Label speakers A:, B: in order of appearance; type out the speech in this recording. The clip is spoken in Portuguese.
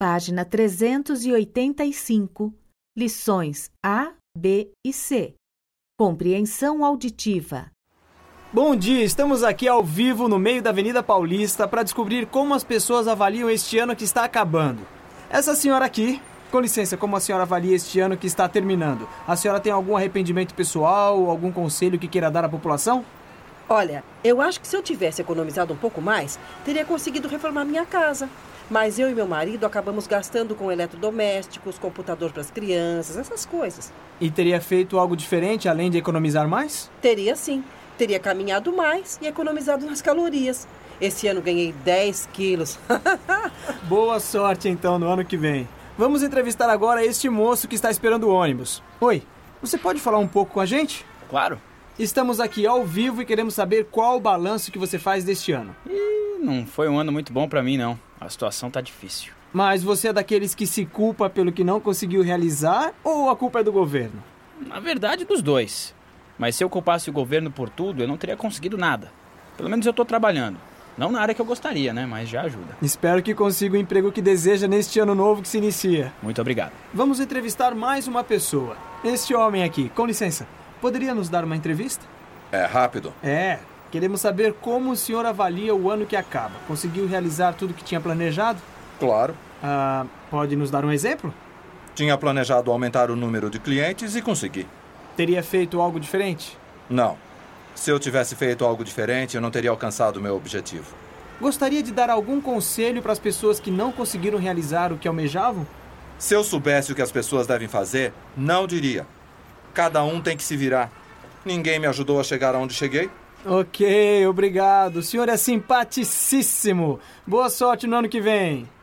A: Página 385, lições A, B e C. Compreensão auditiva.
B: Bom dia, estamos aqui ao vivo no meio da Avenida Paulista para descobrir como as pessoas avaliam este ano que está acabando. Essa senhora aqui, com licença, como a senhora avalia este ano que está terminando? A senhora tem algum arrependimento pessoal, algum conselho que queira dar à população?
C: Olha, eu acho que se eu tivesse economizado um pouco mais, teria conseguido reformar minha casa. Mas eu e meu marido acabamos gastando com eletrodomésticos, computador para as crianças, essas coisas.
B: E teria feito algo diferente além de economizar mais?
C: Teria sim. Teria caminhado mais e economizado nas calorias. Esse ano ganhei 10 quilos.
B: Boa sorte então no ano que vem. Vamos entrevistar agora este moço que está esperando o ônibus. Oi, você pode falar um pouco com a gente?
D: Claro.
B: Estamos aqui ao vivo e queremos saber qual o balanço que você faz deste ano.
D: E não foi um ano muito bom pra mim não. A situação tá difícil.
B: Mas você é daqueles que se culpa pelo que não conseguiu realizar ou a culpa é do governo?
D: Na verdade, dos dois. Mas se eu culpasse o governo por tudo, eu não teria conseguido nada. Pelo menos eu tô trabalhando. Não na área que eu gostaria, né? Mas já ajuda.
B: Espero que consiga o emprego que deseja neste ano novo que se inicia.
D: Muito obrigado.
B: Vamos entrevistar mais uma pessoa. Este homem aqui, com licença, poderia nos dar uma entrevista?
E: É rápido.
B: É, queremos saber como o senhor avalia o ano que acaba. Conseguiu realizar tudo que tinha planejado?
E: Claro.
B: Ah, pode nos dar um exemplo?
E: Tinha planejado aumentar o número de clientes e consegui.
B: Teria feito algo diferente?
E: Não. Se eu tivesse feito algo diferente, eu não teria alcançado o meu objetivo.
B: Gostaria de dar algum conselho para as pessoas que não conseguiram realizar o que almejavam?
E: Se eu soubesse o que as pessoas devem fazer, não diria. Cada um tem que se virar. Ninguém me ajudou a chegar aonde cheguei.
B: Ok, obrigado. O senhor é simpaticíssimo. Boa sorte no ano que vem.